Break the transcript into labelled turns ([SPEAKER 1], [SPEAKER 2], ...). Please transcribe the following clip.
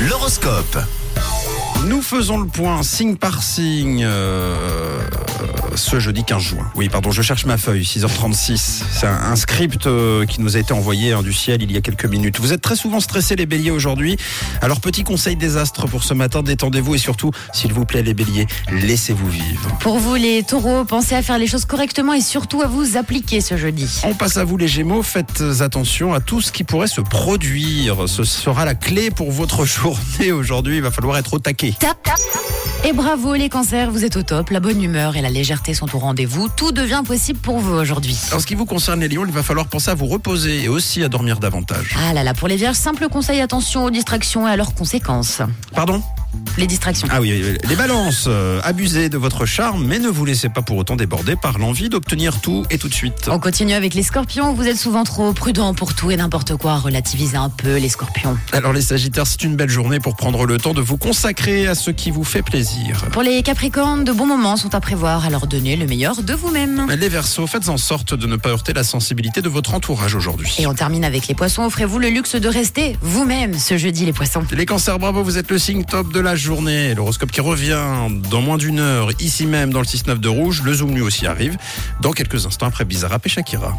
[SPEAKER 1] L'horoscope.
[SPEAKER 2] Nous faisons le point signe par signe euh, ce jeudi 15 juin. Oui, pardon, je cherche ma feuille, 6h36. C'est un, un script euh, qui nous a été envoyé hein, du ciel il y a quelques minutes. Vous êtes très souvent stressés les béliers aujourd'hui. Alors petit conseil des astres pour ce matin, détendez-vous et surtout, s'il vous plaît les béliers, laissez-vous vivre.
[SPEAKER 3] Pour vous les taureaux, pensez à faire les choses correctement et surtout à vous appliquer ce jeudi.
[SPEAKER 2] On passe à vous les gémeaux, faites attention à tout ce qui pourrait se produire. Ce sera la clé pour votre journée aujourd'hui, il va falloir être au taquet.
[SPEAKER 3] Tap tap Et bravo les cancers, vous êtes au top, la bonne humeur et la légèreté sont au rendez-vous, tout devient possible pour vous aujourd'hui.
[SPEAKER 2] En ce qui vous concerne les lions, il va falloir penser à vous reposer et aussi à dormir davantage.
[SPEAKER 3] Ah là là, pour les vierges, simple conseil, attention aux distractions et à leurs conséquences.
[SPEAKER 2] Pardon
[SPEAKER 3] Les distractions.
[SPEAKER 2] Ah oui, oui, oui. les balances, euh, abusez de votre charme, mais ne vous laissez pas pour autant déborder par l'envie d'obtenir tout et tout de suite.
[SPEAKER 3] On continue avec les scorpions, vous êtes souvent trop prudents pour tout et n'importe quoi, relativisez un peu les scorpions.
[SPEAKER 2] Alors les sagittaires, c'est une belle journée pour prendre le temps de vous consacrer à ce qui vous fait plaisir.
[SPEAKER 3] Pour les capricornes, de bons moments sont à prévoir, alors donnez le meilleur de vous-même.
[SPEAKER 2] Les versos, faites en sorte de ne pas heurter la sensibilité de votre entourage aujourd'hui.
[SPEAKER 3] Et on termine avec les poissons, offrez-vous le luxe de rester vous-même ce jeudi les poissons.
[SPEAKER 2] Les cancers, bravo, vous êtes le signe top de la journée. L'horoscope qui revient dans moins d'une heure, ici même dans le 6-9 de rouge. Le zoom lui aussi arrive dans quelques instants après Bizarre et Shakira.